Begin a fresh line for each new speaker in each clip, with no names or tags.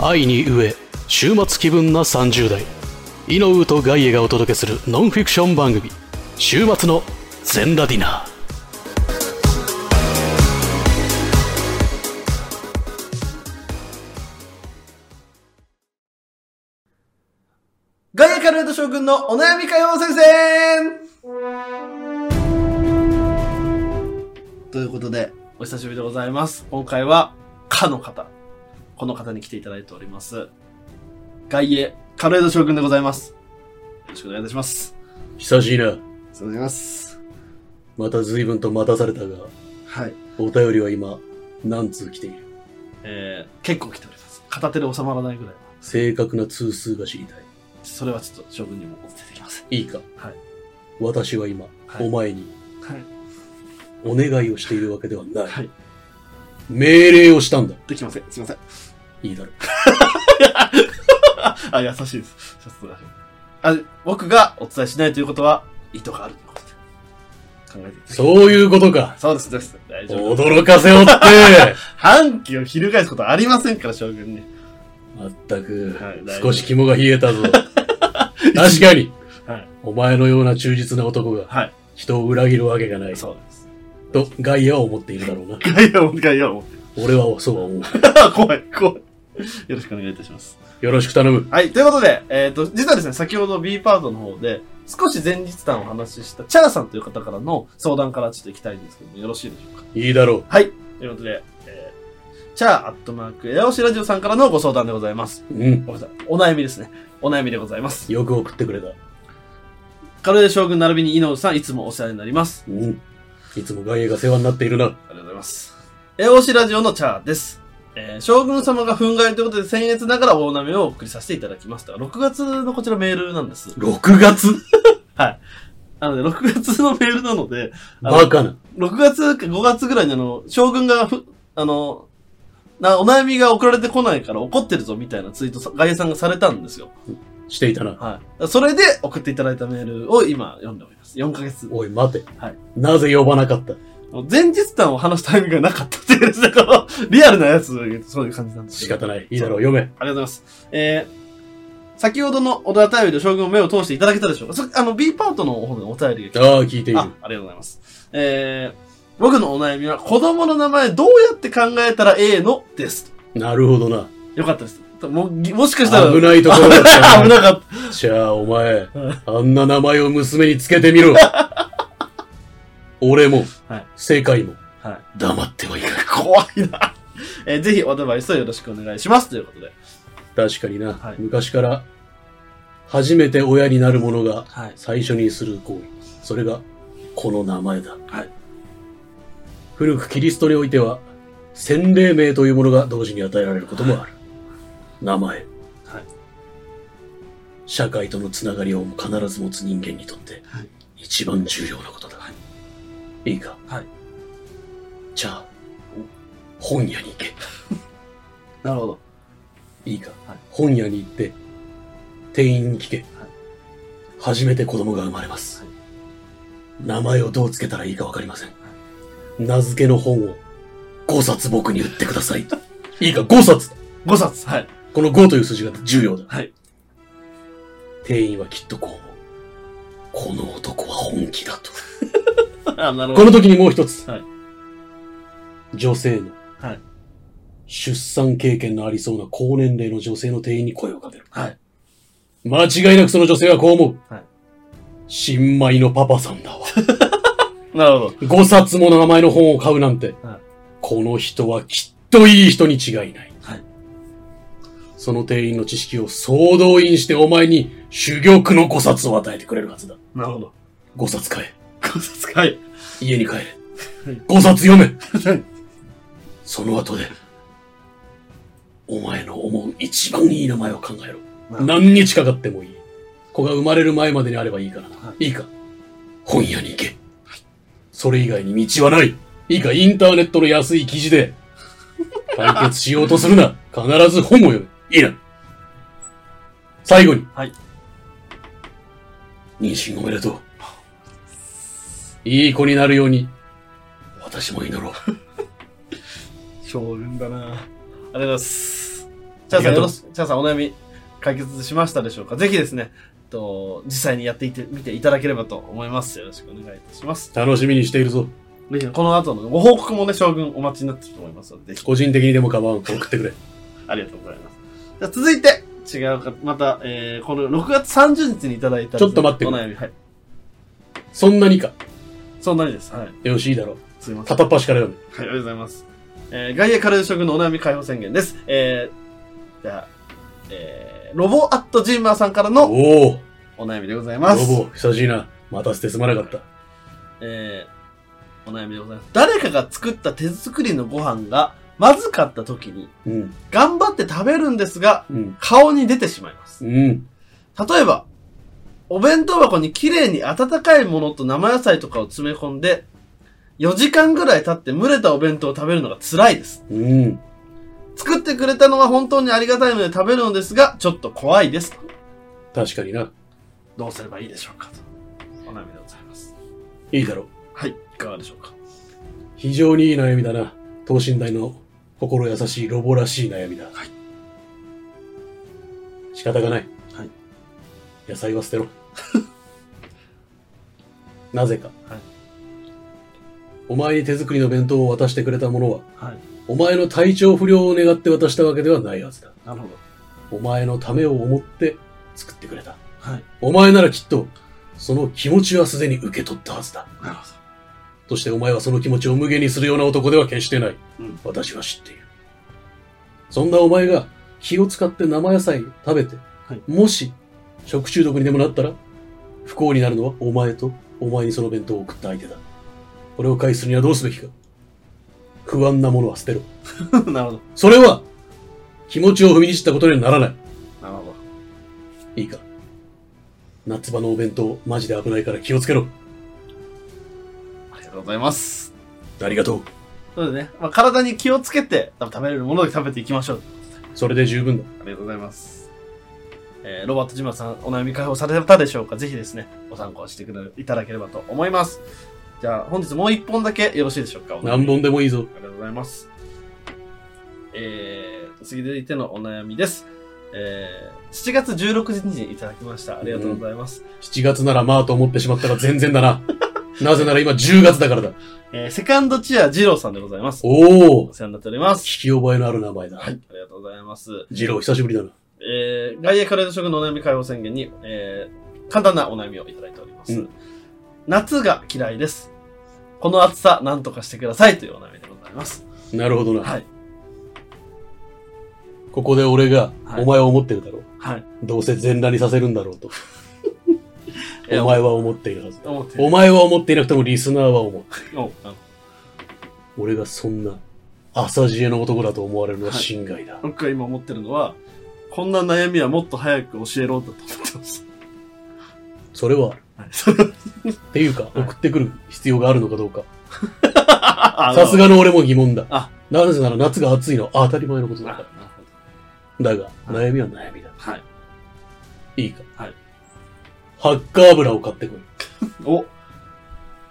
愛に飢え週末気分な30代イノウとガイエがお届けするノンフィクション番組「週末の全ラディナー」
ガイアカルエド将軍のお悩み解放戦線ということで、お久しぶりでございます。今回は、かの方。この方に来ていただいております。ガイエカルエド将軍でございます。よろしくお願いいたします。
久しいな
ありがとうございます。
また随分と待たされたが
はい。
お便りは今何通来ている
えー、結構来ております。片手で収まらないぐらい。
正確な通数が知りたい
それはちょっと将軍にもお伝えできません。
いいか、
はい
私は今、
はい
お前に
はい。
お願いをしているわけではない、
はい
命令をしたんだ
できません。すいません。
いいだろう
あ、優しいです。ちょっとだけあ、僕がお伝えしないということは、意図があるということで。考えていただき
そういうことか
そうです、そうです。大丈夫です。
驚かせおって
反旗を翻すことはありませんから、将軍に。
まったく、
はい大丈
少
夫
し肝が冷え たぞ確かに、
はい
お前のような忠実な男が
はい。
人を裏切るわけがない
そうです。
とガイアは思っているだろうな
いや、もう一回、いや、もう。
俺はそうは思う
怖い、怖い。よろしくお願いいたします。
よろしく頼む
はい、ということで、えっ、と、実はですね、先ほど B パートの方で、少し前日談をお話しした、チャラさんという方からの相談からちょっと行きたいんですけども、よろしいでしょうか。
いいだろ
はい。ということで、えー、チャラアットマーク、エアオシラジオさんからのご相談でございます。
ううん
ごめんなさいお悩みですね。お悩みでございます。
よく送ってくれた
カルエ将軍並びに井上さん、いつもお世話になります。
うんいつもガイエが世話になっているな
ありがとうございます。エオシラジオのチャーです。えー将軍様が憤慨ということで、僭越ながら大波をお送りさせていただきました。6月のこちらメールなんです。
6月
なので、6月のメールなので、あの
バカな
6月か5月ぐらいにあの、将軍がふ、あの、なお悩みが送られてこないから怒ってるぞみたいなツイートさ、外野さんがされたんですよ。
していたな
はい。それで送っていただいたメールを今読んでおります。4ヶ月。
おい待て、
はい
なぜ呼ばなかった
前日談を話すタイミングがなかったっていうですね、このリアルなやつ、そういう感じなんですけ
仕
ど
方ないいいだろう読め
ありがとうございます。えー、先ほどのお便りと将軍を目を通していただけたでしょうかそあの、B パートの方のお便りが来て
ああ聞いている
あ、ありがとうございます。えー、僕のお悩みは、子供の名前どうやって考えたらええのです。
なるほどな
よかったです。も、ぎもしかしたら、
危ないところだっ た
危なかっ
じゃあお前、あんな名前を娘につけてみ ろ。俺も、
はい
世界も、
た。はい。
黙ってはいかん。
怖いな。えー、ぜひおアドバイスをよろしくお願いします。ということで。
確かにな、
はい
昔から、初めて親になる者が
はい。
最初にする行為。それが、この名前だ。
はい
古くキリストにおいては、洗礼名というものが同時に与えられることもある。名前。
はい
社会とのつながりを必ず持つ人間にとって
はい、
一番重要なことだ。い、いか。
はい
じゃあ、本屋に行け。
なるほど。
いいか、
はい
本屋に行って、店員に聞け。
はい
初めて子供が生まれます。
はい
名前をどうつけたらいいかわかりません。名付けの本を5冊僕に売ってください。 いいか、5冊
5冊。はい。
この5という数字が重要だ。
はい
店員はきっとこう思う。この男は本気だと。
あ、なる
こ
ほど。
の時にもう一つ。
はい
女性の、
はい
出産経験のありそうな高年齢の女性の店員に声をかける。
はい。
間違いなくその女性はこう思う。
はい
新米のパパさんだわ。
なるほど。
5冊もの名前の本を買うなんて、
はい
この人はきっといい人に違いない。
はい
その店員の知識を総動員してお前に珠玉の5冊を与えてくれるはずだ。
なるほど。
5冊買え。
5冊。はい。
家に帰れ。5冊読め。
はい
その後で、お前の思う一番いい名前を考えろ。何日かかってもいい。子が生まれる前までにあればいいからな。、
はい
いか。本屋に行け。それ以外に道はない。いいか、インターネットの安い記事で。解決しようとするな。必ず本を読め。いいな。最後に。
はい
妊娠おめでとう。いい子になるように、私も祈ろう。
将軍だなありがとうございます。チャーさ
ありがとう
んよろしく、チャーさんお悩み解決しましたでしょうかぜひですね、えっと、実際にやっていて、見ていただければと思います。よろしくお願いいたします。
楽しみにしているぞ。
ぜひね、この後のご報告もね、将軍お待ちになってると思いますので、ぜひ
個人的にでもカバンを送ってくれ。
ありがとうございます。じゃあ続いて、違うか、また、えー、この6月30日にいただいた、
ちょっと待って
お悩み、はい。
そんなにか。
そんなにです。はい。
よし、いいだろう。
すいません。
片っ端から読む。
はい、ありがとうございます。えー、外野カレー食のお悩み解放宣言です。えー、じゃあ、えー、ロボアットジーマーさんからの
おお、
お悩みでございます。
ロボ、久しいな。待たせてすまなかった。
えー、お悩みでございます。誰かが作った手作りのご飯がまずかった時に、
うん、
頑張って食べるんですが、
うん、
顔に出てしまいます。
うん、
例えば、お弁当箱に綺麗に温かいものと生野菜とかを詰め込んで、4時間ぐらい経って蒸れたお弁当を食べるのが辛いです。
うん。
作ってくれたのは本当にありがたいので食べるのですが、ちょっと怖いですと。
確かにな。
どうすればいいでしょうかと。お悩みでございます。
いいだろう。
はい、いかがでしょうか。
非常にいい悩みだな。等身大の心優しいロボらしい悩みだ。
はい
仕方がない。
はい
野菜は捨てろ。 なぜか、
はい
お前に手作りの弁当を渡してくれた者は、
はい、
お前の体調不良を願って渡したわけではないはずだ。
なるほど。
お前のためを思って作ってくれた。
はい、
お前ならきっと、その気持ちはすでに受け取ったはずだ。
なるほ
そしてお前はその気持ちを無限にするような男では決してない。
うん
私は知っている。そんなお前が気を使って生野菜食べて、
はい
もし食中毒にでもなったら、不幸になるのはお前とお前にその弁当を送った相手だ。これを返すにはどうすべきか。不安なものは捨てろ。
ど。なるほど。
それは気持ちを踏みにじったことにはならない。
なるほど。
いいか。夏場のお弁当、マジで危ないから気をつけろ。
ありがとうございます。
ありがとう。
そうですね。まあ、体に気をつけて、多分食べれるもので食べていきましょう。
それで十分だ。
ありがとうございます。えー、ロバート・ジマさん、お悩み解放されたでしょうかぜひですね、ご参考してくれいただければと思います。じゃあ、本日もう一本だけよろしいでしょうかお悩み
何本でもいいぞ。
ありがとうございます。えー、続いてのお悩みです。えー、7月16日にいただきました。ありがとうございます。
7月ならまあと思ってしまったら全然だな。 なぜなら今10月だからだ。
えー、セカンドチア二郎さんでございます。
おお
お世話になっております。
聞き覚えのある名前だ。
はい。ありがとうございます。
二郎、久しぶりだな。
えー、外野カレード食のお悩み解放宣言に、えー、簡単なお悩みをいただいております。
うん
夏が嫌いです。この暑さ、なんとかしてくださいというお悩みでございます。
なるほどな。
はい。
ここで俺が、
はい
お前は思ってるだろう。
はい。
どうせ全裸にさせるんだろうと。
いや
お前は思っているはずだ。
思ってる
お前は思っていなくてもリスナーは思う。
おあ
俺がそんな朝知恵の男だと思われるのは心外だ。
僕が今思ってるのは、こんな悩みはもっと早く教えろだと思ってます。
それは、 っていうか、
い
送ってくる必要があるのかどうか。
さ
さす。がの俺も疑問だ
あ。
なぜなら夏が暑いのは当たり前のこと
な
だ
る
か
ほど
ら。だが、悩みは悩みだ。
はい。
いいか。
はい。
ハッカー油を買ってこい。
お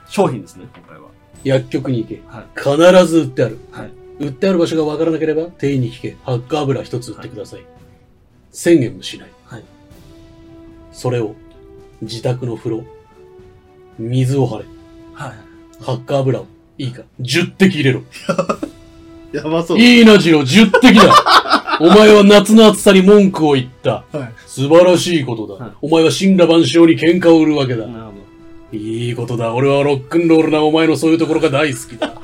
商品ですね、今回は。
薬局に行け。
はい。
必ず売ってある。
はい。
売ってある場所がわからなければ、店員に聞け。ハッカー油一つ売ってください。宣言もしない。
はい。
それを、自宅の風呂、水を張れ。
はい。
ハッカー油を、いいか。10滴入れろ。
やばそ
いいな、ジロー、10滴だ。 お前は夏の暑さに文句を言った。
はい。
素晴らしいことだ。
はい
お前は神羅万象に喧嘩を売るわけだ。
なるほど。
いいことだ。俺はロックンロールなお前のそういうところが大好きだ。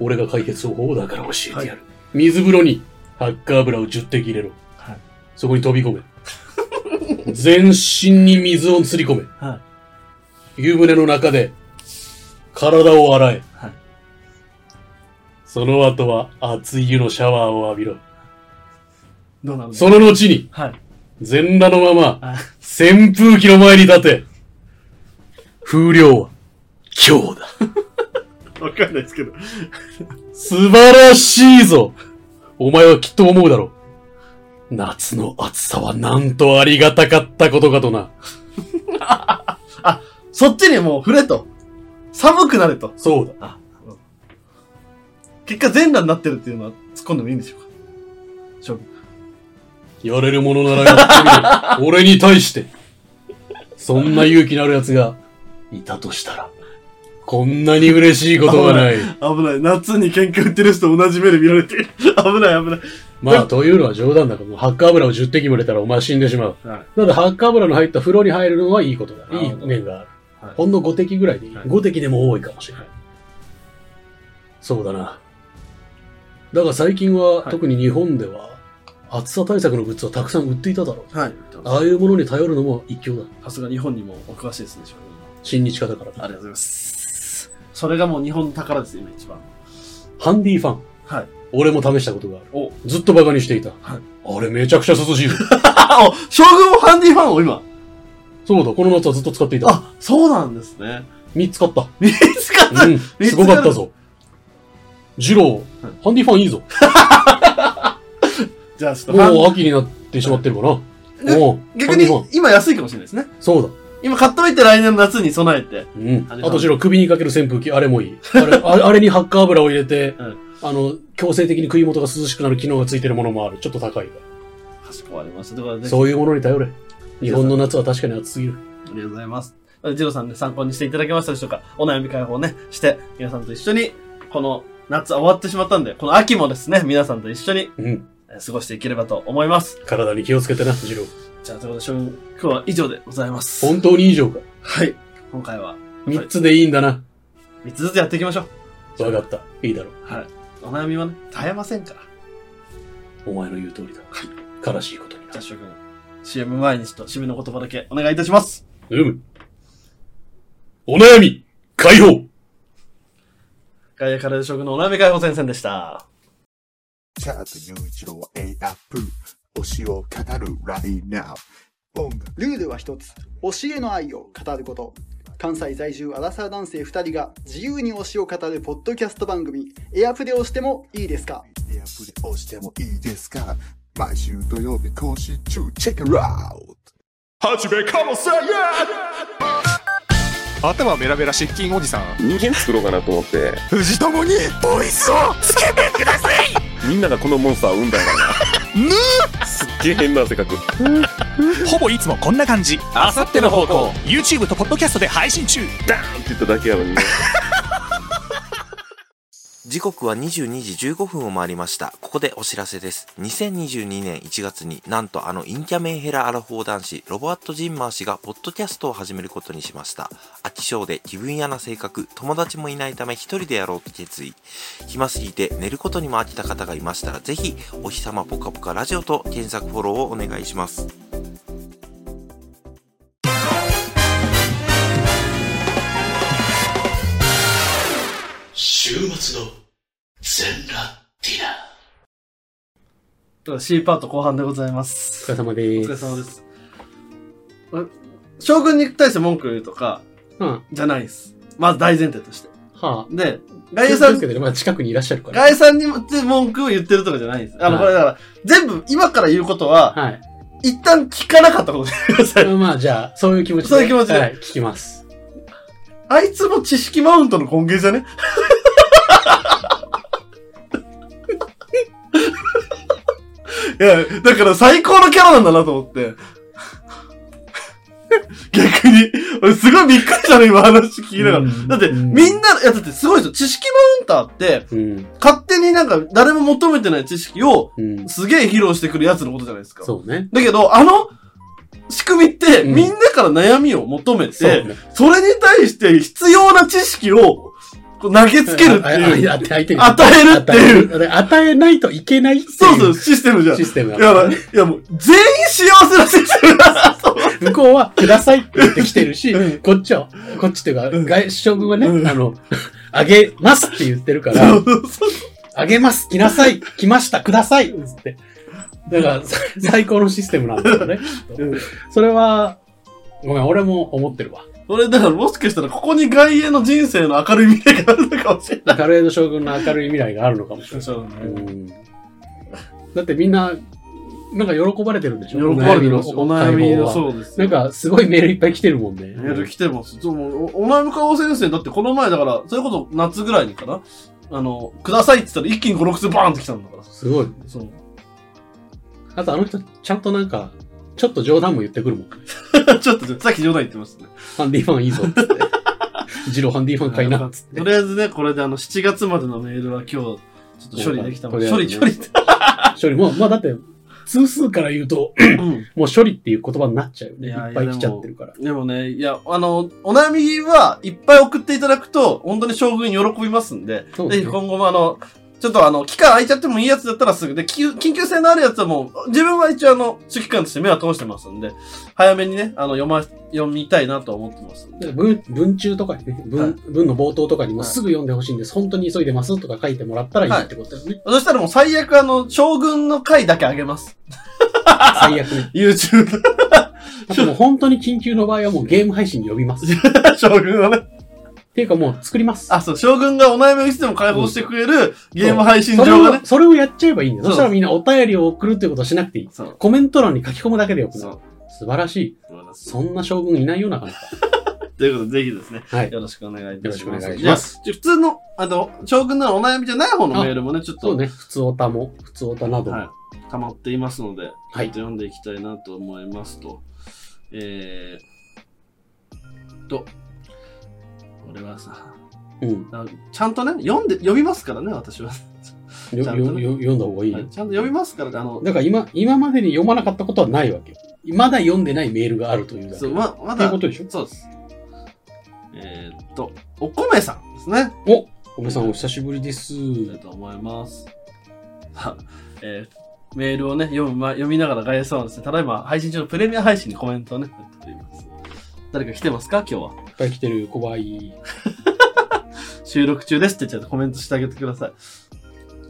俺が解決方法をだから教えてやる。水風呂にハッカー油を10滴入れろ。
はい
そこに飛び込め。 全身に水をすり込め。
はい。
湯船の中で体を洗え。
はい
その後は熱い湯のシャワーを浴びろ。
どうなる
その後に
はい。
全裸のまま
あ
扇風機の前に立て。風量は今日だ。
わかんないですけど。
素晴らしいぞお前はきっと思うだろう。夏の暑さはなんとありがたかったことかとな。
そっちにもう触れと。寒くなれと。
そうだ。
あ、結果全裸になってるっていうのは突っ込んでもいいんでしょうか。
やれるものならやってみろ。俺に対して。そんな勇気のある奴がいたとしたら、こんなに嬉しいことはない。
危ない。夏に喧嘩売ってる人と同じ目で見られてる。危ない、危ない。
まあ、というのは冗談だから、もうハッカ油を10滴も入れたらお前死んでしまう。
はい。
なので、ハッカ油の入った風呂に入るのはいいことだ。
ないる
い
ほど
面がある。
はい
ほんの5滴ぐらいでいい。
はい
5滴でも多いかもしれない
は。
そうだな。だが最近は、
はい
特に日本では、暑さ対策のグッズをたくさん売っていただろう。
はい。
ああいうものに頼るのも一興だ。
さすが日本にもお詳しいですね、将軍
親日家だから
ありがとうございます。それがもう日本の宝です、今一番。
ハンディファン。
はい。
俺も試したことがある。
お、
ずっとバカにしていた。
はい
あれめちゃくちゃ涼 しいぞ。
あ、お、将軍もハンディファンを今。
そうだ、この夏はずっと使っていた。
あ、そうなんですね。
3つ買った。
見つかった、
うん、
見つ
すごかったぞ。ジロ
はい
ー、ハンディファンいいぞ。
じゃあちょっとハン
もう秋になってしまってるかな。
ね
おう
逆
ハンディファ
に
ン。
今安いかもしれないですね。
そうだ。
今買っといて来年の夏に備えて。
うん。
ハンディファン
あとジロー、首にかける扇風機、あれもいい。あれ、あれあれにハッカー油を入れて
うん、
あの、強制的に首元が涼しくなる機能がついてるものもある。ちょっと高いが。
かしこまりました。ということで、あ
そういうものに頼れ。日本の夏は確かに暑すぎる。
りがとうございます。ジローさんね、参考にしていただけましたでしょうかお悩み解放ね、して、皆さんと一緒に、この夏終わってしまったんで、この秋もですね、皆さんと一緒に
うん。
えー過ごしていければと思います。
体に気をつけてな、ジロー。
じゃあ、ということで、将軍、今日は以上でございます。
本当に以上か。
はい。今回は、
3つでいいんだな。
3つずつやっていきましょ
わかった。いいだろう。
う。はい。お悩みはね、絶えませんから。
お前の言う通りだ。悲しいことにな
じゃあ、
る。
諸君、CM 前にちょっと締めの言葉だけお願いいたします。
うむ。お悩み、解放
ガイアカレー諸君のお悩み解放戦線でした。
チャート雄一郎 A アップ推しを語るラインナップ音楽
ルールは一つ推しへの愛を語ること関西在住アラサー男性2人が自由に推しを語るポッドキャスト番組「エアプレをしてもいいですか?」
エアプレをしてもいいですか毎週土曜日更新中チェックアウト始めかもせや
頭メラメラ失禁おじさん
人間作ろうかなと思って
藤友にボイスをつけてください
みんながこのモンスターを産んだんやからなすっげえ変な性格
ほぼいつもこんな感じあさっての方向 YouTube とポッドキャストで配信中
ダーンって言っただけやのにね
時刻は22時15分を回りました。ここでお知らせです。2022年1月になんとあのインキャメンヘラアラフォー男子、ロボアット・ジンマー氏がポッドキャストを始めることにしました。飽き性で気分屋な性格、友達もいないため一人でやろうと決意。暇すぎて寝ることにも飽きた方がいましたら、ぜひ、お日様ぽかぽかラジオと検索フォローをお願いします。
週末の全裸ディナー。
ということで C パート後半でございま
お
す
疲。れ様で
お
ー
疲れ
す。
様です。え将軍に対して文句言うとか、
うん。は
じゃないです。まず大前提として。
あ。
で、
大
ガイさん
ですけ、どね、まあ近くにいらっしゃるから。
ガイさんにもって文句を言ってるとかじゃないです。あの、
はい
これだから、全部今から言うことは、
はい。
一旦聞かなかったことにしてください。
まあじゃあ、そういう気持ちで。
そういう気持ちで
はい、聞きます。
あいつも知識マウントの根源じゃね いや、だから最高のキャラなんだなと思って。逆に、俺すごいびっくりしたの今話聞きながら。
うん
だって、
うん
みんな、いやだってすごいですよ。知識マウンターって、
うん。
勝手になんか誰も求めてない知識を
うん。
すげえ披露してくるやつのことじゃないですか。
そうね。
だけど、あの仕組みって、
うん
みんなから悩みを求め
そう
て、
ね。
それに対して必要な知識をこう投げつけるっていう、
あああ相手に
与えるって
与え
いう、
るっていう。与えないといけないっていう。
そうそう、システムじゃん。
システム
いや、
が。
いやもう、全員幸せなシステムだ
向こうは、くださいって言ってきてるし
うん、
こっちは、こっちっていうか、
うん
外相軍はね、
うん
あの、あげますって言ってるから、あげます、来なさい、来ました、ください、つって。だから、さ最高のシステムなんだよね。
うん
それは、ごめん、俺も思ってるわ。
これ、だからもしかしたら、ここに外縁の人生の明るい未来があるのかもしれない。
カレード将軍の明るい未来があるのかもしれ
そう
ない。うんだってみんな、なんか喜ばれてるんでし
喜
ょ
ばれてますよ。お悩み
解放
の、
は
そうです
な
よ。
んか、すごいメールいっぱい来てるもんね。
メール来てます。そうもうおお悩み顔先生、だってこの前だから、それこそ夏ぐらいにかな。あの、くださいって言ったら一気に5、6通バーンって来たんだから。
すごい。
そう。
あとあの人、ちゃんとなんか、ちょっと冗談も言ってくるもん。
ちょっと、さっき冗談言ってましたね。
ハンディファンいいぞっつって。ジローハンディファン買いなっつ って。
とりあえずね、これであの、7月までのメールは今日、ちょっと処理できたので、
と
処
りあえ
理、
ず
処理って。
処理も、まあだって、通数から言うと、
うん
もう処理っていう言葉になっちゃうよね。
い
い
や
っぱい来ちゃってるから。
でもね、いや、あの、お悩みはいっぱい送っていただくと、本当に将軍喜びますんで、
そう
ぜ
で
ひ
すね。
今後もあの、ちょっとあの、期間空いちゃってもいいやつだったらすぐで、緊急緊急性のあるやつはもう、自分は一応あの、主期間として目は通してますんで、早めにね、あの、読ま、読みたいなと思ってますんで。
文文中とかにね文、
はい
文の冒頭とかにも
はい
すぐ読んでほしいんです、本当に急いでますとか書いてもらったらいいってことだよね。
そしたらもう最悪あの、将軍の回だけあげます。
最悪ね。
YouTube
あともう本当に緊急の場合はもうゲーム配信に呼びます。っ
将軍はね。
ていうかもう作ります。
あ、そう、将軍がお悩みをいつでも解放してくれるゲーム配信
それ
上がね
を、。それをやっちゃえばいいんだよ。
そう
そしたらみんなお便りを送るってことはしなくていい。
そう。
コメント欄に書き込むだけでよくな
そ
る
う。。
素晴らしい。そんな将軍いないよ、なかなか。
ということで、ぜひですね、
はい。
よろしくお願いいたし
よ
ま
ろしくお
す。
願いします
じゃあじゃあ普通の、あの、将軍のお悩みじゃない方のメールもね、ちょっと、
そうね、普通おたも、普通おたなども。
は、
はい
溜まっていますので、ちょっと
い。
読んでいきたいなと思いますと、えー、と、これはさ、
うん。
あちゃんとね、読んで、読みますからね、私は。
よ、
ちゃ
よ、
んと
よ
ね
読んだ方がいい
はい
よ。
ちゃんと読みますからね、あの、
だから今、今までに読まなかったことはないわけよ。まだ読んでないメールがあるというだけ。
そうま、ま
っていう
だ
こ、とでしょ
そうです。えー、っと、お米さんですね。
おおめさんお久しぶりです。。
いきたいと思います。 さあえーメールをね、読む前、読みながらガイエさんはですね、ただいま配信中のプレミア配信にコメントをね、やっております。誰か来てますか今日はい
っぱい来てる、小林。
収録中ですってちゃんとコメントしてあげてください。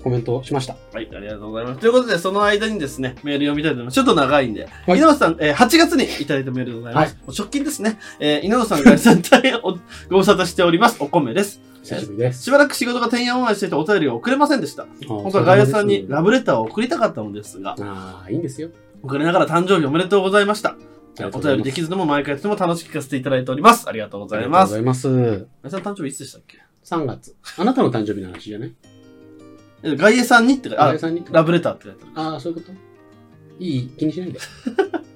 コメントしました。
はい、ありがとうございます。ということで、その間にですね、メール読みたいと思います。ちょっと長いんで、
はい
稲本さん、えー8月にいただいたメールでございます。もう直近ですね、えー稲本さん、ガイエさん、大変お ご無沙汰しております。お米です。
久しぶりです。
しばらく仕事がてんやわんやしていてお便りを送れませんでした。
本
本当はガイエさんにラブレターを送りたかったのですが、
ああ、いいんですよ。
遅れながら誕生日おめでとうございました。
ありがと
お
うござ
便
いま
り
す
できずとも毎回とても楽しく聞かせていただいております。ありがとうございま
あ
す。
りがとうございま
ガイさん誕生日いつでしたっけ
す。3月。あなたの誕生日の話じゃない
えガイエさんにって書いて
ガ
あ
イエ、さんに
ラブレターって書いて
ああ、そういうこといい気にしないで。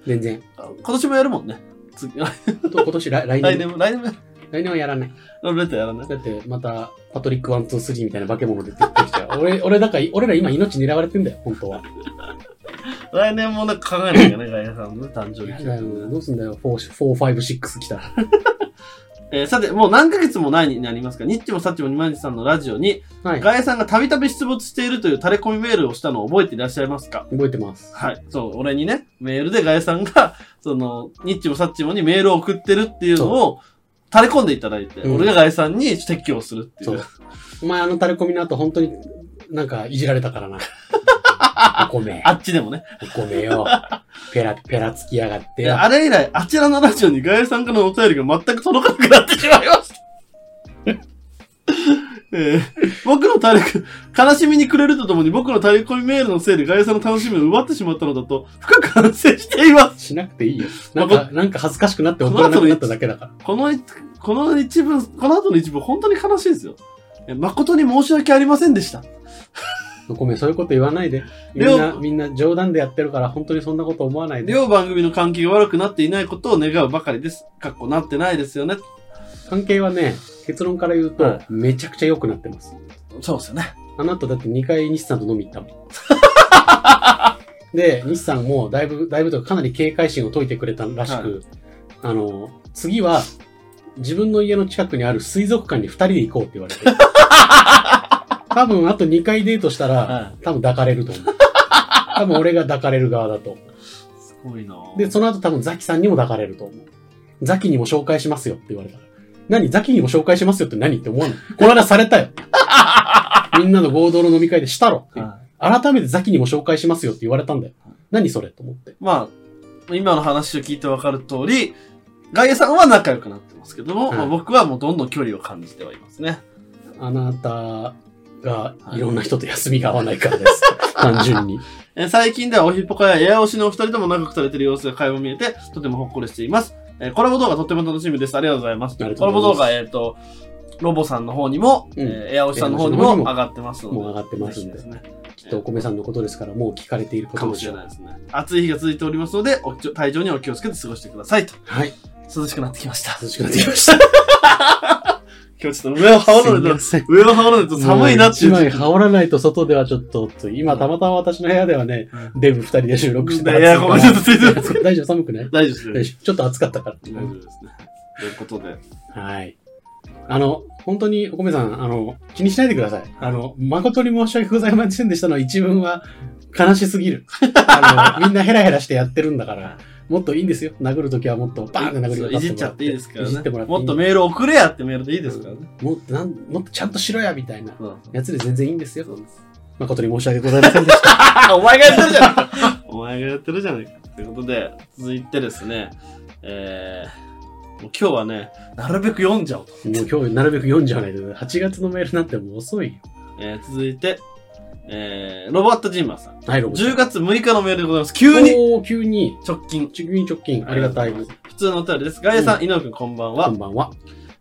全然。
ある。今年もやるもんね。次来
あと今年来、来
年
年。
も、来年もやる
来年はやらない。
ラブレターやらない。
だってまた、パトリック123みたいな化け物出てきて た俺、俺だから、俺ら今命狙われてんだよ、本当は。
来年もなんか考えなきゃね、ガイエさんのね誕生日
いやいやどうすんだよ、4、4 5、6来たら。
えーさて、もう何ヶ月も前になりますが、ニッチもサッチもニマニさんのラジオに、
はい。
ガイエさんがたびたび出没しているという垂れ込みメールをしたのを覚えていらっしゃいますか
覚えてます。
はい。そう、俺にね、メールでガエさんが、 その、ニッチもサッチもにメールを送ってるっていうのを、垂れ込んでいただいて、
うん
俺がガエさんに撤去をするってい。
そうう。お前あのタレコミの後本当になんかいじられた からな。お米
あ、っちでもね。
お米よ。ペラ、ペラつきやがって
い
よ
や。あれ以来、あちらのラジオにガエさんからのお便りが全く届かなくなってしまいました。 えー僕の垂れ込み、悲しみに暮れるとともに僕の垂れ込みメールのせいでガエさんの楽しみを奪ってしまったのだと、深く反省しています。
しなくていいよ。なんか、なんか恥ずかしくなって怒らなくなっただけだから。
この一、この一文、この後の一文、本当に悲しいですよ。え誠に申し訳ありませんでした。
お米そういうこと言わないで。みんな、みんな冗談でやってるから本当にそんなこと思わないで。
両番組の関係が悪くなっていないことを願うばかりです。かっこなってないですよね。
関係はね、結論から言うと、
はい
めちゃくちゃ良くなってます。
そうですよね。
あなただって2回西さんと飲み行ったもん。 で、西さんもだいぶ、だいぶとかかなり警戒心を解いてくれたらしく、あの、次は自分の家の近くにある水族館に2人で行こうって言われ て。多分あと2回デートしたら、
は
多分抱かれると思う。多分俺が抱かれる側だと思
すごいなぁ
う。で、その後多分ザキさんにも抱かれると思う。ザキにも紹介しますよって言われたら。何ザキにも紹介しますよって何って思わない。この間された よ。みんなの合同の飲み会でしたろって。
はい
改めてザキにも紹介しますよって言われたんだよ。何それと思って。
まあ、今の話を聞いてわかる通り、ガイエさんは仲良くなってますけども、
はい
まあ僕はもうどんどん距離を感じてはいますね。
あなたがいろんな人と休みが合わないからです。 単純に。
えー最近ではおひっぽかやエア推しのお二人とも仲良くされている様子が垣間見えて、とてもほっこりしています。えーコラボ動画とっても楽しみです。ありがとうございます。
ありが
コ
と
ラ
う
ボ
ございます
動画、えっ、と、ロボさんの方にも、
うん
えーエア推しさんの方にも
エア推しの方に
上
も
がってますので。
もう上がってますんで
ぜひですね。
きっとお米さんのことですから、もう聞かれているこ
か
と
も
で
し
しょ。
れないうですね。暑い日が続いておりますので、お気を体調にはお気をつけて過ごしてくださいと。
はい。
涼しくなってきました。
涼しくなってきました。
今日ちょっと上を羽織らないと、
すいません
上を羽織らないと寒いなってい
一枚
う。
羽織らないと外ではちょっと、今たまたま私の部屋ではね、デブ二人で収録してた
いやごめんちょっとついてます
大丈夫寒くない
大丈夫です
大
ね。
丈夫ちょっと暑かったか
大丈夫ですね。ということで。
ら。はい。あの、本当にお米さん、あの、気にしないでください。あの、誠に申し訳ございませんでしたの一文は悲しすぎ る。あの、みんなヘラヘラしてやってるんだから、もっといいんですよ。殴るときはもっとバーンって殴り
そう
か
い
か
じっちゃっていいですから
いじってもら
ね。
っていい
もっとメール送れやってメールでいいですからね。
もっとなん、もっとちゃんとしろや、みたいな
うん
やつで全然いいんですよ
そ。うです。
誠に申し訳ございませんでした。
あお前がやってるじゃないかお前がやってるじゃないか。ということで、続いてですね、えー、もう今日はね、なるべく読んじゃおうと。
もう今日なるべく読んじゃわないと、8月のメールなんてもう遅いよ。
えー、続いて、えー、ロバット・ジンマーさん。
はい、ロボ
10月6日のメールでございます。急に
おー急に。
直近。
急に直近、ありがたい。
普通のお便りです。ガイエさん、井上くん、こんばん
こ
は
ん。ばんは。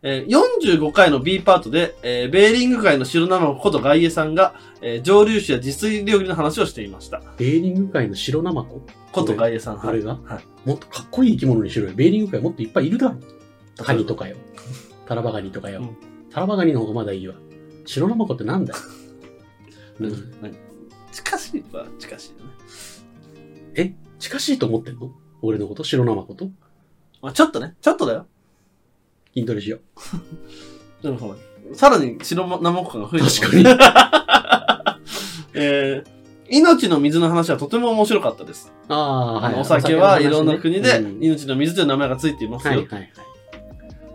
えー45回の B パートで、えーベーリング界の白なのことガイエさんが、えー上流酒や自炊料理の話をしていました。
ベーリング界の白ナマコ
ことガイエさん。
あれが、
はい
もっとかっこいい生き物にしろよ。ベーリング界もっといっぱいいるだろ。カニと
か。
かよ。タラバガニとかよ。
うん
タラバガニの方がまだいいわ。白ナマコってなんだよ。うん
なんか近しいは近しいよね。
近しいと思ってんの俺のこと白ナマコと
まあ、ちょっとね、ちょっとだよ。
筋トレしよ
でもほら、さらに白生子感が増えてます
確
かに。 えー命の水の話はとても面白かったです。
う。ああー、はい。
お酒はいろんな国で
お酒の話ね
命の水という名前がついています
うんは
よ。
いはい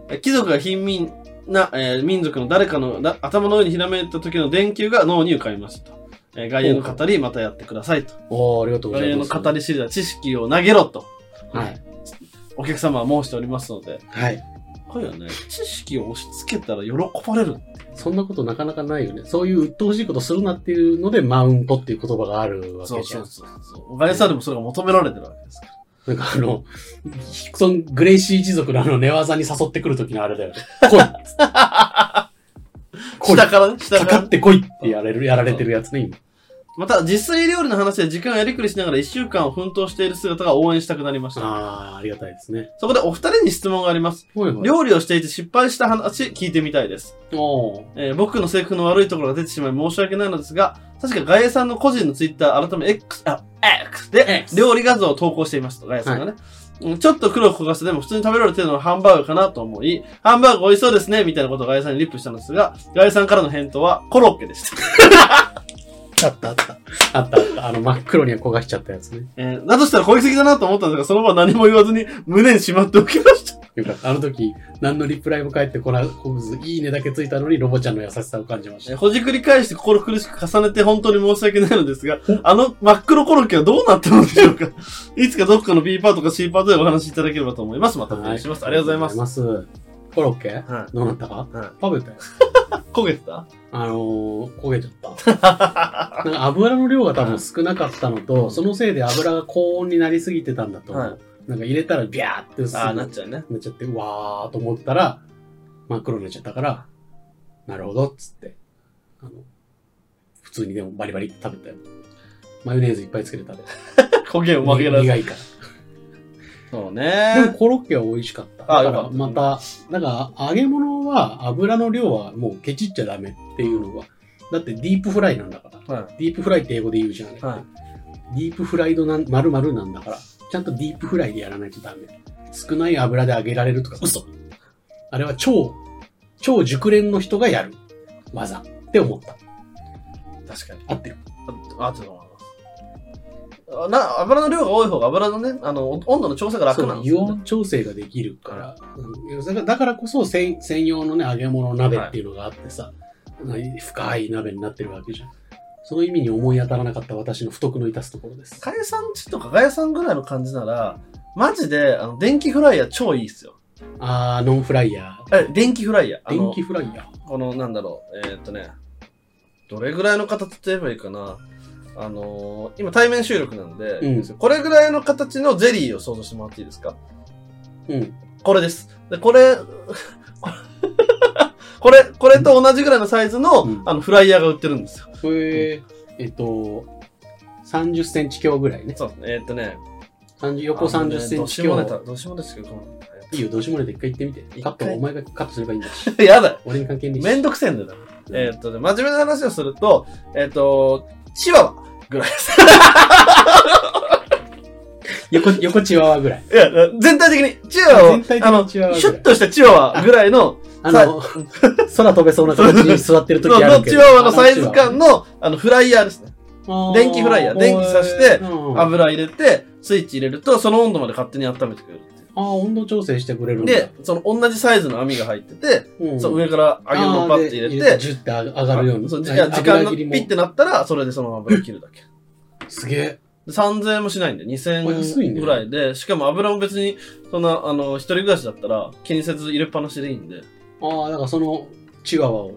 はい。
貴族が貧民な、えー民族の誰かのな頭の上にひらめいた時の電球が脳に浮かびましたと。えー外遊の語り、またやってくださいと。
おー、ありがとうご
外
ざい
遊
ま
の
す。
語り知りは知識を投げろと。
はい。
お客様は申しておりますので。
はい。
これはね、知識を押し付けたら喜ばれる。
そんなことなかなかないよね。そういう鬱陶しいことするなっていうので、マウントっていう言葉があるわ
そ
け
う
じ
そ
ゃん
う。そうそう。外遊さんでもそれが求められてるわけですから。
なんかあの、そのグレイシー一族のあの寝技に誘ってくる時のあれだよね。 来い来い
下からね、下
か
か
からってこいってやれる、やられてるやつね、今。
また、自炊料理の話や時間をやりくりしながら1週間を奮闘している姿が応援したくなりました。
ああ、ありがたいですね。
そこでお二人に質問があります。
ほいほい。
料理をしていて失敗した話聞いてみたいです。
おー
えー僕の制服の悪いところが出てしまい申し訳ないのですが、確かガエさんの個人のツイッター改め X、あ、X で
X
料理画像を投稿していました、ガエさんがね。うんちょっと黒く焦がしてでも普通に食べられてるのはハンバーグかなと思い、ハンバーグ美味しそうですね、みたいなことをガエさんにリップしたのですが、ガエさんからの返答はコロッケでした。
あったあった。あったあった。あの、真っ黒に焦がしちゃったやつね。
えーだとしたら攻撃的だなと思ったんですが、その場は何も言わずに胸にしまっておきました。
よかった。あの時、何のリプライも返ってこなこず、いいねだけついたのに、ロボちゃんの優しさを感じまし
えー
た。
ほじくり返して心苦しく重ねて本当に申し訳ないのですが、あの真っ黒コロッケはどうなったのでしょう かいつかどっかの B パートか C パートでお話しいただければと思います。またお願いします。ありがとうございます。
す。ありがとうございます。コロッケ、
は
どうなったか、
うん
食べたよ。
焦げてた
あのー、焦げちゃ った。なんか油の量が多分少なかったのと、そのせいで油が高温になりすぎてたんだと思う。
はい
なんか入れたらビャーって薄く
ああ、
な
なっ
っ
ちゃうね。
ちゃって、うわーと思ったら、真っ黒になっちゃったから、なるほどっつって、あの、普通にでもバリバリって食べたよ。マヨネーズいっぱいつけて食べた。
焦げを 負けられ
苦
ない。
いか
そう
ら。でも
ね。
コロッケは美味しかった。
あ
だ
よ
か
からった
また、なんか揚げ物は油の量はもうケチっちゃダメっていうのが、だってディープフライなんだから。
は
ディープフライって英語で言うじゃん。
い。はい。
ディープフライドなん、まるまるなんだから、ちゃんとディープフライでやらないとダメ。少ない油で揚げられるとか、嘘。あれは超、超熟練の人がやる技って思った。
確かに。
合ってる。
あ、あちょっと思います。あな、油の量が多い方が油のね、あの、温度の調整が楽
そ
なん
う、
です
油
よ、ね。
温調整ができるから、うんだからだからこそ専専用のね、揚げ物鍋っていうのがあってさ、深い鍋になってるわけじゃん。その意味に思い当たらなかった私の不徳の致すところです。
かやさんちとかガヤさんぐらいの感じなら、マジで、あの、電気フライヤー超いいっすよ。
あー、ノンフライヤ
え、電気フライヤー。
ー。
あの
電気フライヤー。
この、なんだろう、えーっとね、どれぐらいの形と言えばいいかな。あのー今対面収録なんで、
うん
これぐらいの形のゼリーを想像してもらっていいですか
うん。
これです。で、これ、 これ、これと同じぐらいのサイズの、
うん
あの、フライヤーが売ってるんですよ。
へえ。えっと、30センチ強ぐらいね。
そう、えーっとね。
30横
あのね
30センチ
どうしようも
強
ネ。タ、どうしようもですけど、この
いいよ、どうしようもないで一回行ってみて。
一回
カットはお前がカットすればいいんだし。
やだ
俺に関係ねえし。
めんどくせえんだよな。えーっとね、真面目な話をすると、えーっと、チワワぐらいです。
横、横チワワぐらい。
いや、全体的に、チワワを、
全体的に
あの、シ
チワワ
ュ
ぐらい
ッとしたチワワぐらいの、
あの、 空飛べそうな形に座ってる時
の
あるけ
チ
ど。
ワワのサイズ感の、あの、フライヤーですね。
あー
電気フライヤー電気刺して
うんあ
油入れて、スイッチ入れると、その温度まで勝手に温めてくれるっていう。
あー、温度調整してくれるんだ。
で、その同じサイズの網が入ってて、
うん
そう上から揚げ物をパッて入れて、
ジュッて上がるように。
そうじゃあ時間
油
が
切
ピ
りも
ッてなったら、それでそのまま切るだけ。
すげえ。
で3000円もしないんで、
お安い
2000
ね
ぐらいで、しかも油も別に、そんな、あの、一人暮らしだったら気にせず入れっぱなしでいいんで、
ああ、だからそのチワワを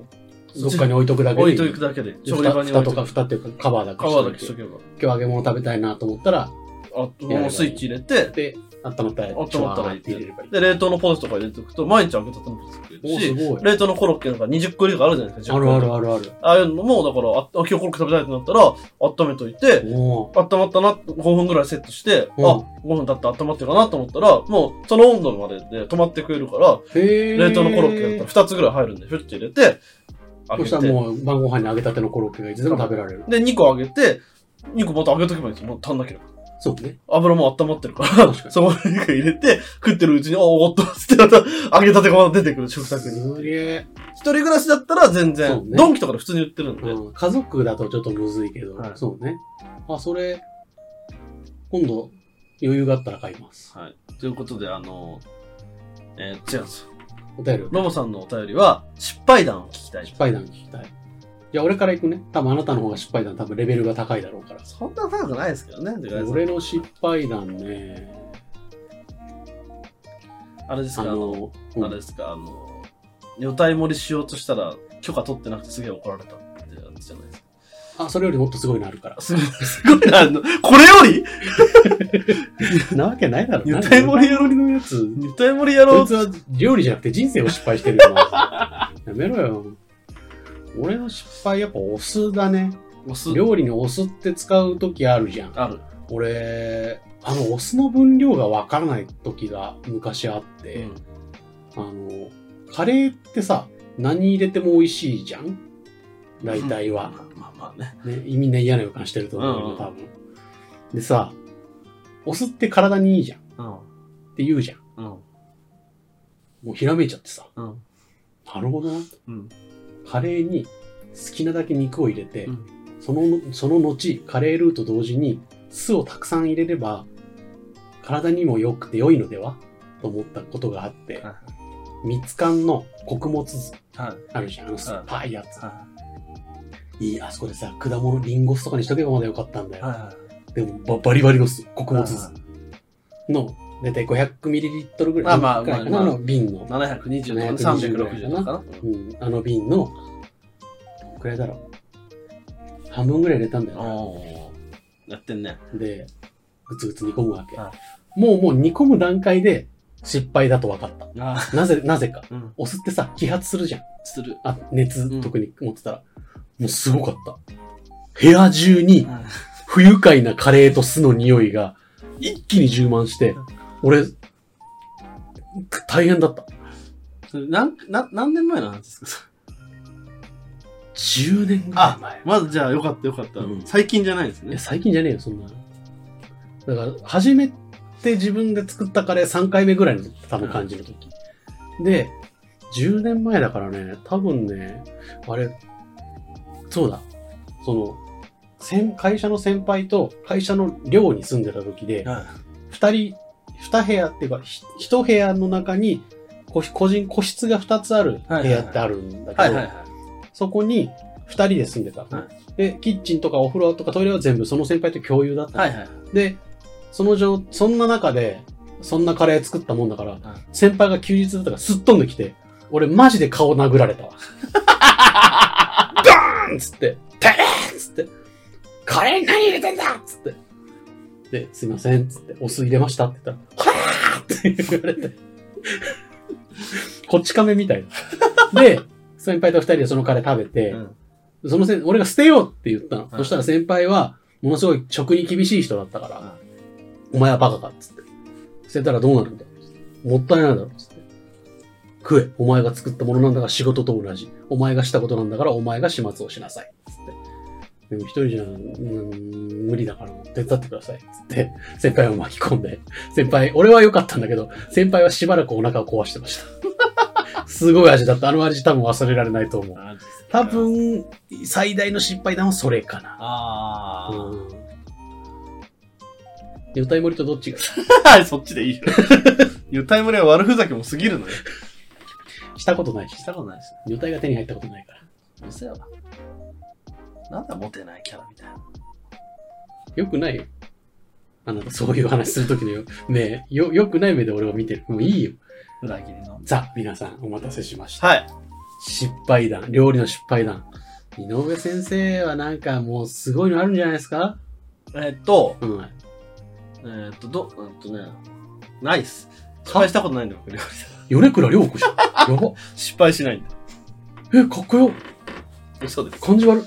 どっかに置いとくだけで
置
い
い
い。
とくだけで、
で
調理場
蓋
に
蓋
置い
と
とく
か。蓋っていうかカバーだけ
皮
しと
だ
い
け
て
しとけば。
今日揚げ物食べたいなと思ったら、
あと、もうスイッチ入れて、
で、温まったら、
温まったら入れて
チワワって入れればいい。
で、冷凍のポテトとか入れておくと、毎日揚げたてのポテト作れ
おー
るし、
すごい。
冷凍のコロッケなんか20個入りとかあるじゃないですか、
あ
10
る
個
あるあるある。
ああいうのも、だから、ああ今日コロッケ食べたいってなったら、温めといて、
お
温まったな、5分ぐらいセットして、
うん
あ、5分経った温まってるかなと思ったら、もうその温度までで止まってくれるから、
ーへえ。
冷凍のコロッケだったら2つぐらい入るんで、ふって入れて、揚げ、
そしてたらもう晩ご飯に揚げたてのコロッケがいつでも食べられる。
で、2個揚げて、2個また揚げとけばいいんですよ、もう足んなければ。
そうね。
油も温まってるか、
確から
そこに入れて、食ってるうちに、あ、おっと、つってまた揚げたてがまた出てくる、食卓に。
すげえ、
一人暮らしだったら全然、
そうね
ドンキとかで普通に売ってるんで、
うん。家族だとちょっとむずいけど、
はい
そうね。あ、それ、今度、余裕があったら買います。
はい。ということで、あの、えー違うんですよ。
お便りを。
ロボさんのお便りは、失敗談を聞きたい。
失敗談聞きたい。じゃあ俺から行くね。多分あなたの方が失敗談多分レベルが高いだろうから。
そんな高くないですけどね、てか
俺の失敗談ね。
あれですか、
あ
あの、
の、うん
あれですか、あの、女体盛りしようとしたら、許可取ってなくてすげえ怒られたってやつじゃないですか。
あ、それよりもっとすごいのあるから。
すごい、すごいな、あのこれより
なわけないだろ。
女体盛りやろ
りのやつ。
女体盛りやろ
こいうつは料理じゃなくて人生を失敗してるよ。 まずやめろよ。俺の失敗やっぱお酢だね。
お酢
料理にお酢って使う時あるじゃん。
ある。
俺、あのお酢の分量がわからない時が昔あって、
うん
あの、カレーってさ、何入れても美味しいじゃん大体は。
まあまあね。
ね、みんな嫌な予感してると思うよ、
うん
多分。でさ、お酢って体にいいじゃんっ
うん。
て言うじゃん。
うん。
もうひらめいちゃってさ、
うん。
なるほどな。
うん。
カレーに好きなだけ肉を入れて、
うん
その、その後、カレールーと同時に酢をたくさん入れれば、体にも良くて良いのではと思ったことがあって、
は
蜜柑の穀物酢
い。はい。
あるじゃん。あの酸っぱいやつ。
はい
い、あそこでさ、果物、リンゴ酢とかにしとけばまだよかったんだ
い。
よ。
は
でもバ、バリバリの酢、穀物酢
は
の、だいたい 500ml ぐらい
まあまあ
ぐらいか
ま
な
あ
あ
まあ
の瓶の
い。720とかね
720ぐらいか
360
な
とかな。
うん、あの瓶の、どんくらいだろう。半分ぐらい入れたんだ
お
よ
おー。やってんね。
な。で、ぐつぐつ煮込むわけ。
は
もうもう煮込む段階で失敗だと分かっ
ああ。
た。なぜ、なぜか。
うん。
お酢ってさ、揮発するじゃん。
する。
あ、熱
うん、
特に持ってたら。もうすごかった。部屋中に不愉快なカレーと酢の匂いが一気に充満して、俺、大変だった。
それなん、な、何年前の話ですかそれ
10年ぐらい前。
まだじゃあよかったよかった。
うん
最近じゃないです
い
ね
や、。最近じゃねえよ、そんな。だから、初めて自分で作ったカレー3回目ぐらいの多分感じの時。で、10年前だからね、多分ね、あれ、そうだ、その、先会社の先輩と会社の寮に住んでた時で、
はい
二人、二部屋っていうか、ひ一部屋の中に、個個人、個室が二つある部屋ってあるんだ
は
け
い
ど
はい、はい。
そこに2人で住んでたのね、
は
で、キッチンとかお風呂とかトイレは全部その先輩と共有だったの、
はいはい。
で、その状、そんな中で、そんなカレー作ったもんだから、先輩が休日だったからすっ飛んできて、俺マジで顔殴られたわ。ドーンっつって、てれーっつって、カレーに何入れてんだっつって。で、すいませんっつって、お酢入れましたって言ったら、はーって言われて、こっち亀みたいな。で、先輩と二人でそのカレー食べて、
うん
そのせん、俺が捨てようって言ったの。
はい
そしたら先輩は、ものすごい食に厳しい人だったから、
は
お前はバカかっつって。捨てたらどうなるんだっつってもったいないだろっつって。食え。お前が作ったものなんだから仕事と同じ。お前がしたことなんだからお前が始末をしなさい。つって。でも一人じゃ、うん、無理だから手伝ってください。つって、先輩を巻き込んで。先輩、俺は良かったんだけど、先輩はしばらくお腹を壊してました。すごい味だった。あの味多分忘れられないと思う。
あ
多分、最大の失敗談はそれかな。
あー。
うん。女体盛りとどっちがいい
はい、そっちでいいよ。ゆたいむれは悪ふざけも過ぎるのよ。
したことないし
し、たことないし。
女体が手に入ったことないから。
うせやわ。なんだモテないキャラみたいな。
よくないよ。あなた、そういう話するときのよ目、よ、よくない目で俺を見てる。もういいよ。
裏切りの。
ザ、皆さん、お待たせしました。
はい。
失敗談、料理の失敗談。井上先生はなんかもうすごいのあるんじゃないですか
えーっと、
うん。あ
えーっと、ど、えーっとね、ナイス。失敗したことないんだよ、料理
米倉涼子じゃん。やば。
失敗しないんだよ。
え、かっこよ。
嘘です。
感じ悪い。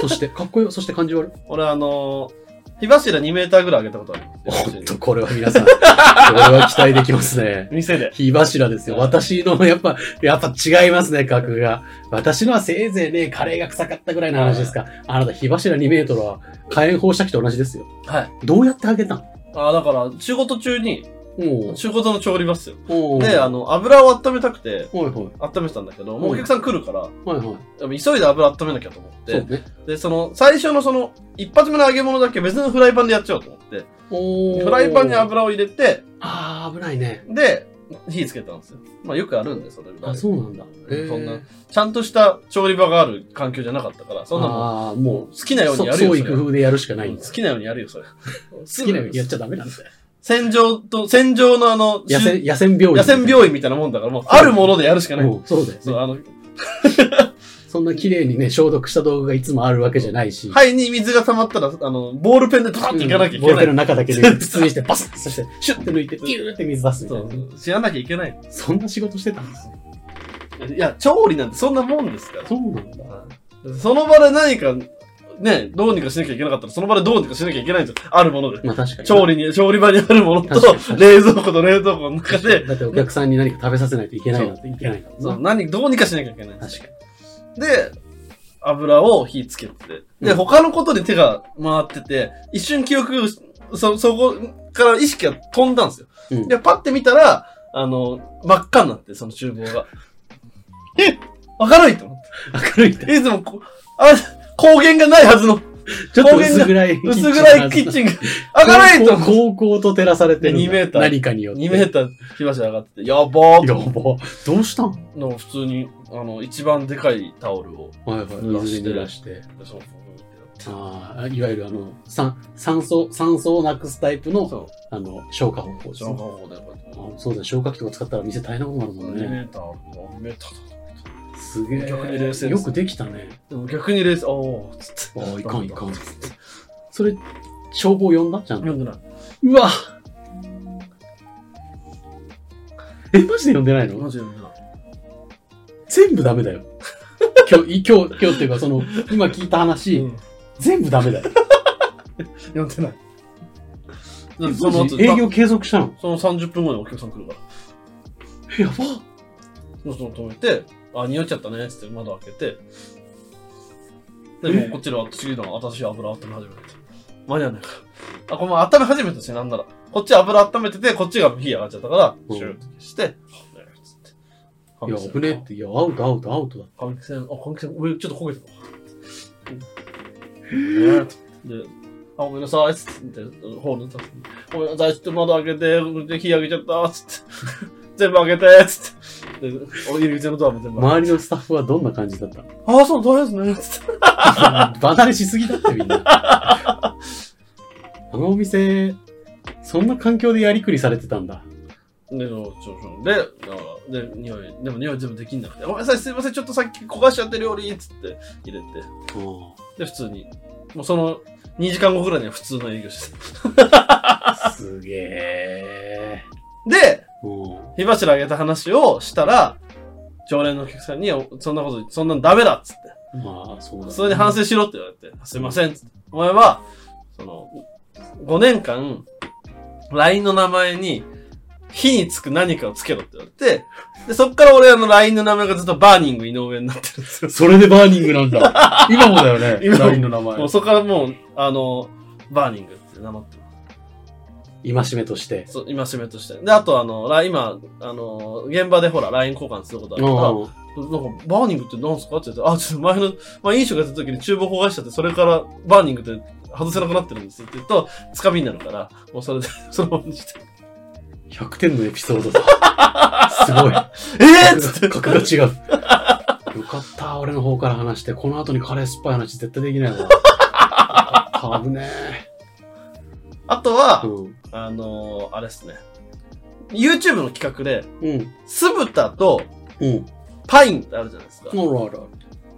そして、かっこよ。そして感じ悪い。
俺あのー、火柱2メーターぐらい上げたことある。
ほんと、これは皆さん、これは期待できますね。
店で。
火柱ですよ。私の、やっぱ、やっぱ違いますね、格が。私のはせいぜいね、カレーが臭かったぐらいの話ですか。あなた、火柱2メートルは火炎放射器と同じですよ。
はい。
どうやってあげたの
ああ、だから、仕事中に、
も
仕事の調理場っすよ。
う、もう。
で、あの、油を温めたくて、
はいはい。
温めてたんだけど、もうお客さん来るから、
はいはい。
でも急いで油温めなきゃと思っ
そ
て
う、ね。
で、その、最初のその、一発目の揚げ物だけ別のフライパンでやっちゃおうと思って、
おー
フライパンに。油を入れて、
あー、危ないね。
で、火つけたんですよ。まあよくあるんで、それぐら
あ、
い。
そうなんだ。え
そんな、ちゃんとした調理場がある環境じゃなかったから、そんなの
あー、
も
も
う好きなよう
う、
に
そ
やるよ。
そうい
そうれ
工夫でやるしかない
うんん
だ。
好きなようにやるよ、それ。好
好きなようにやっちゃダメなんだよ。
戦場と、戦場のあの、
野
し
戦、野戦病院。
野戦病院みたいなもんだから、もう、あるものでやるしかない。
うんそうだよね
そう、あの、
そんな綺麗にね、消毒した道具がいつもあるわけじゃないし。
肺に水が溜まったら、あの、ボールペンでドカッていかなきゃい
ボ
け
ール
な
ペンの中
い。
だけで 筒にして、バスッそして、シュッて抜いて、ギューって水出すみた
そ
いな。
う、知らなきゃいけない。
そんな仕事してたんですね。
いや、調理なんてそんなもんですから。
そうなんだ。
その場で何か、ね、どうにかしなきゃいけなかったら、その場でどうにかしなきゃいけないんですよ。あるもので。
まあ確かに。
調理に、調理場にあるものと
確かに確か、に
冷蔵庫と冷蔵庫の中で、
だってお客さんに何か食べさせないといけないなんていけないからな。
そう何、どうにかしなきゃいけないんです
確
よ
か
で、油を火つけてて、で、
うん
他のことに手が回ってて、一瞬記憶、そ、そこから意識が飛んだんですよ。
に。うん。
で、パッて見たら、あの、真っ赤になって、その厨房 が。え明るいと思って
明るいって。
いつもこ、あ、光源がないはずの、
ちょっと薄暗い。
薄暗いキッチンが、 明るいと思って。
高校と照らされてるんだ。
2メーター
何かによって。
2メーター火柱上がってて、やばー
や
と思っ
ば。どうしたん
て。の普通に、あの、一番でかいタオルを、
はいはい。水で濡らして。
そう、ふーってやって
ああ、いわゆるあの、酸、酸素、酸素をなくすタイプの、
そ
あの、消火方法
う、
で
そ
す
の
ね。
方法でこうやって。
あそうだ、消火器とか使ったら店大変なことになるもん
2メ
ね。
ーター、2メーターだ
すげえ。
逆に冷静です
よくできたね。
でも逆に冷静、おー、つって。
ああ、いかんいかん。それ、消防呼んだちゃんと。
読んでない。
うわえ、マジで呼んでないの
マジで読んでない。
全部ダメだよ。 今日、い今日、今日っていうか、その、今聞いた話、
うん
全部ダメだよ。
読んでない。だっ
マ
て
ジ
その後、
営業継続したの
その30分後にお客さん来るから。
えやば
そのその止めて、あ、匂っちゃったね、つって窓開けて。で、もうこっちで次の新しい油温め始めて。間に合わないから。あ、これもう温め始めたし、なんなら。こっち油温めてて、こっちが火上がっちゃったから、
うん
シューって消して、あねえつっ
いや、
て。
危ねえって、いや、アウトアウトアウトだ。
換気扇、あ、換気扇、上ちょっと焦げてたわ。ねえで、あ、ごめんなさい、つって、ホールに立って、ごめんなさい、つって窓開けて、で火上げちゃった、つって、全部開けて、つって、で、お入り口のドアも全部開
周
けて
りのスタッフはどんな感じだったの
ああ、そう、大変ですね。
離れしすぎだってみんな。 あのお店、そんな環境でやりくりされてたんだ。
で、そうそうそう。で、だから、で、匂い、でも匂い全部できんなくて、ごめんなさい、すいません、ちょっとさっき焦がしちゃって料理っつって入れて、
うん
で、普通に、もうその、2時間後ぐらいには普通の営業してた。
すげえ。
で、
うん。
火柱あげた話をしたら、常連のお客さんに、おそんなこと、そんなんダメだっつって。
まあ、そうだ、ね。
それで反省しろって言われて、すいませんっつって。お前は、その、5年間、LINE の名前に、火につく何かをつけろって言われて、で、そっから俺あの LINE の名前がずっとバーニング井上になってるんですよ。
それでバーニングなん だ。今もだよね。
今も
LINE の名
も
前
う。そっからもう、あの、バーニングって名乗ってま
今しめとして
す。。そう、今しめとして。で、あとあの、ラ今、あの、現場でほら、LINE 交換することあるから、
うん
なんか、バーニングって何すかって言って、あ、ちょっと前の、まあ、飲食やってた時に厨房焦がしちゃって、それからバーニングって外せなくなってるんですよって言うと、つかみになるから、もうそれで、 そのままにして。
100点のエピソードだ。すごい。
えーっつ って。
格が違う。よかった、俺の方から話して、この後にカレー酸っぱい話絶対できないわ。あぶね
あと
え。
は、
うん。
あのーあれですね。YouTube の企画で、
うん。
酢豚と
うん。
パインってあるじゃないですか
あ。るあるある。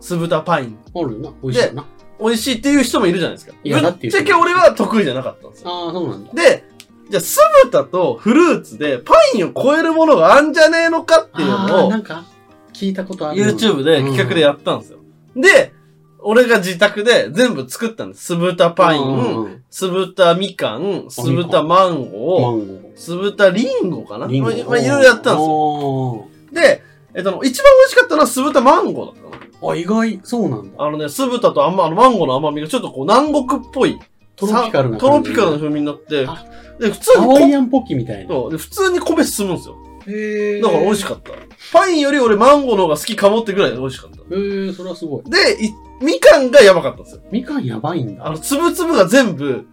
酢豚パイン。
あるよな。美味しいよな。
美味しいっていう人もいるじゃないですか。
いや
ぶ
だ
っ
っていう
ちゃけ俺は得意じゃなかったんですよ。
ああ、そうなんだ。
で、じゃあ酢豚とフルーツでパインを超えるものがあんじゃねえのかっていう
あ
の
ー
を
な、んか、聞いたことあるな。
YouTube で企画でやったんですよ。で、俺が自宅で全部作ったんです。酢豚パイ
うん
ン、
うん
酢豚みかん、酢豚マ
マ
ンゴー、
ンゴ
酢豚リンゴかな
ー。リン
ま
ゴ。
あいまあいろいろやったんですよ。
よ。
で、えっと、一番美味しかったのは酢豚マンゴーだったの。
あーあ、意外、そうなんだ。
あのね、酢豚とあんま、あのマンゴーの甘みがちょっとこう南国っぽい。
トロピカルな
さトロ
感
ピ
じ
カルな風味になって
あ、
で、普通
ハ
に
ワイ
こ
アンポッキーみたいな。
そうで普通に米進むんですよ。
へえ。
だから美味しかった。パインより俺マンゴーの方が好きかもってぐらい美味しかった。
へえ、それはすごい。
で、いみかんがやばかったんですよ。
みかんやばいん
あ
だ。
の、つぶつぶが全部、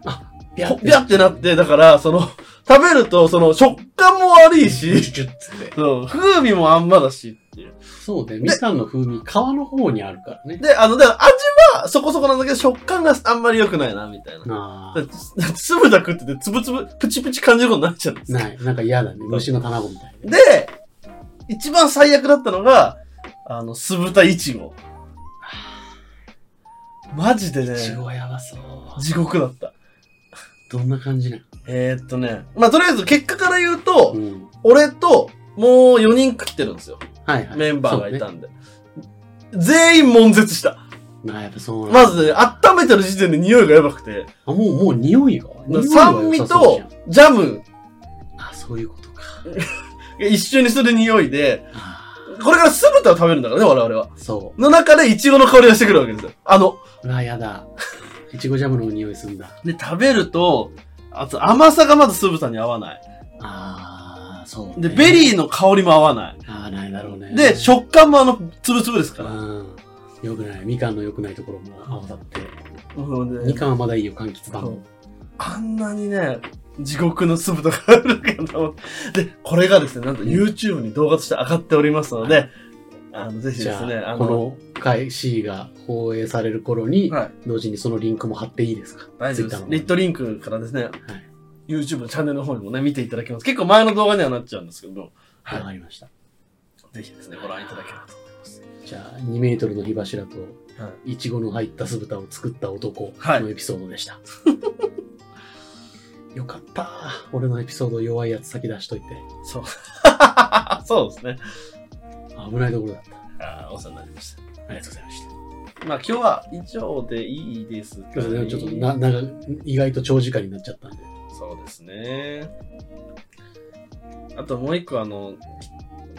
ビ
こビャってなって、だから、その、食べると、その、食感も悪い
ジュジ
し、
ュジュッつって。
そう風味もあんまだしっていう。
そうね、みかんの風味、皮の方にあるからね。
で、あの、だから味はそこそこなんだけど、食感があんまり良くないな、みたいな。
な
だってつつぶだ食ってて、つぶつぶ、プチプチ感じることになっちゃうんで
あ、
す
ない。なんか嫌だね。虫の卵みたいな。
で、一番最悪だったのが、あの、酢豚いちご。マジでね、
いちごはやばそう。
地獄だった。
どんな感じなの
えー、っとね、まあ、とりあえず結果から言うと、
うん。
俺と、もう4人食ってるんですよ。
はいはい。
メンバーがいた
そ
んで。全員悶絶した。
うねまあやっぱそうなんだ
まずね、温めてる時点で匂いがやばくて、
あ、もう、もう匂いが。匂いが
酸味
良さそう
と
じゃん
ジャム
あ、そういうことか。
が一緒にする匂いで、
あ
これから酢豚を食べるんだからね、我々は。
ーそ
の中でイチゴの香りがしてくるわけですよ。あの、
う。うわ、やだ。 いちごジャムの匂いすんだ。
で、食べると、あと甘さがまず酢豚に合わない。
ああ、そう、
で、ベリ
ー。
ーの香りも合わない。
ああ、ないだろうね。
で、食感もあの、つぶつぶです
う
から。
ん。よくない。みかんのよくないところも泡立って。
うん
みかんはまだいいよ、柑橘パンも。
あんなにね、地獄の粒とかあるかと思って。で、これがですね、なんと YouTube に動画として上がっておりますので、あの、ぜひ
じ
ですね、
ゃ
あ
あ、この回 C が放映される頃に、
はい、
同時にそのリンクも貼っていいですか
大丈夫で
Twitter
す
の。
リットリンクからですね、YouTube のチャンネルの方にもね、見ていただけます。結構前の動画にはなっちゃうんですけど、
はい。わかりました。
ぜひですね、ご覧いただければと思います。
じゃあ、2メートルの火柱と、
はい
ちごの入った酢豚を作った男
はい
のエピソードでした。 よかった。俺のエピソード弱いやつ先出しといて。
そう。 そうですね。
危ないところだった。
あーお世話になりました。
ありがとうございました。
まあ今日は以上でいいですかね
すいませんちょっとな、なんか、意外と長時間になっちゃったんで。
そうですね。あともう一個あの、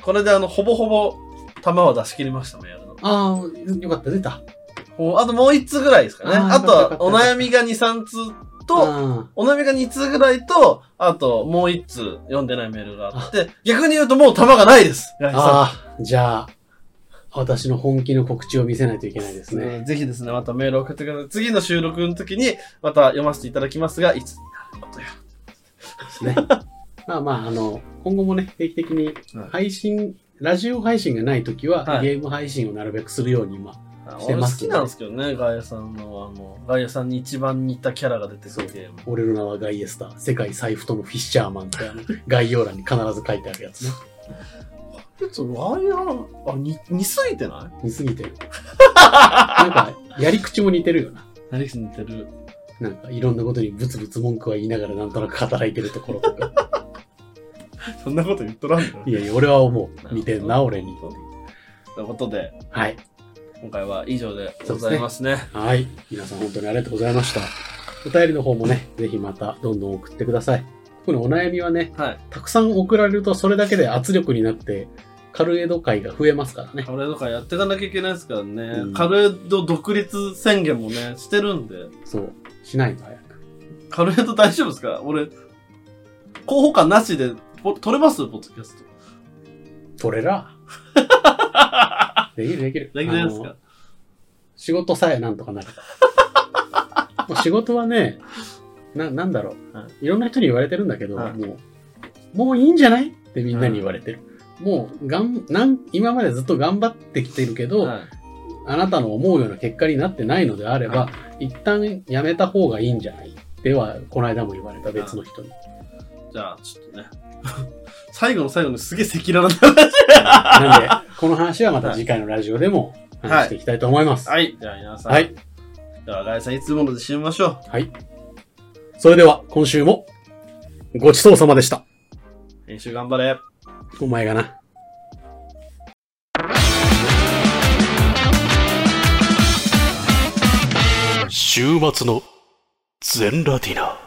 これであの、ほぼほぼ弾は出し切りました、メールの。
ああ、よかった、出た。
ほあともう一通ぐらいですかね。
あー
あと
よかっ
は、
た
お悩みが2、3通と、
あ
お悩みが2通ぐらいと、あともう一通読んでないメールがあって、逆に言うともう弾がないです。ガイさ
あー、じゃあ、私の本気の告知を見せないといけないです
ん
ね。
うんぜひですね、またメールを送ってください。次の収録の時に、また読ませていただきますが、いつになることや。
ですね。まあまあ、あの、今後もね、定期的に
はい
配信、ラジオ配信がないときは、
はい
ゲーム配信をなるべくするように、まあ、
あ
して
俺
ま
好
す
きなんですけどね、ガイさんの、あの、ガイさんに一番似たキャラが出てく
そう
るゲーム。
俺の名はガイエスター、世界最太のフィッシャーマンってあの概要欄に必ず書いてあるやつね。
ちょっとワイヤー、あ、に、似すぎてな
似すぎてる。なんか、やり口も似てるよな。
い何似てる。
なんか、いろんなことにブツブツ文句は言いながらなんとなく働いてるところとか。
そんなこと言っとらんの
いやいや、俺は思う。似てんな、俺に。
ということで、
はい。
今回は以上でございますね。
はい。皆さん本当にありがとうございました。お便りの方もね、ぜひまたどんどん送ってください。特にお悩みはね、
はい。
たくさん送られるとそれだけで圧力になって、カルエド会が増えますからね
カ。ルエド会やっていかなきゃいけないですからね。
うん
カルエド独立宣言もね、してるんで。
そう。しないと早く。
カルエド大丈夫ですか俺、候補感なしで、ポ取れますポッドキャスト。
取れら。 できるできる。
大丈夫です
あの
か
仕事さえなんとかな る。もう仕事はね、な、なんだろう、。
はい
ろんな人に言われてるんだけど、
はい
もう、もういいんじゃないってみんなに言われてる。もう、がん、なん、今までずっと頑張ってきてるけど、
はい。
あなたの思うような結果になってないのであれば、一旦やめた方がいいんじゃないでは、この間も言われた別の人に。
じゃあ、ちょっとね。 最後の最後にすげえ赤裸々な話。
なんで、この話はまた次回のラジオでも話していきたいと思います。はい。
はい。じゃあ、皆さん。では、ガイさんいつもので締めましょ
それでは、今週も、ごちそうさまでした。
う。練習頑張れ。
お前がな。
週末の全ラティナ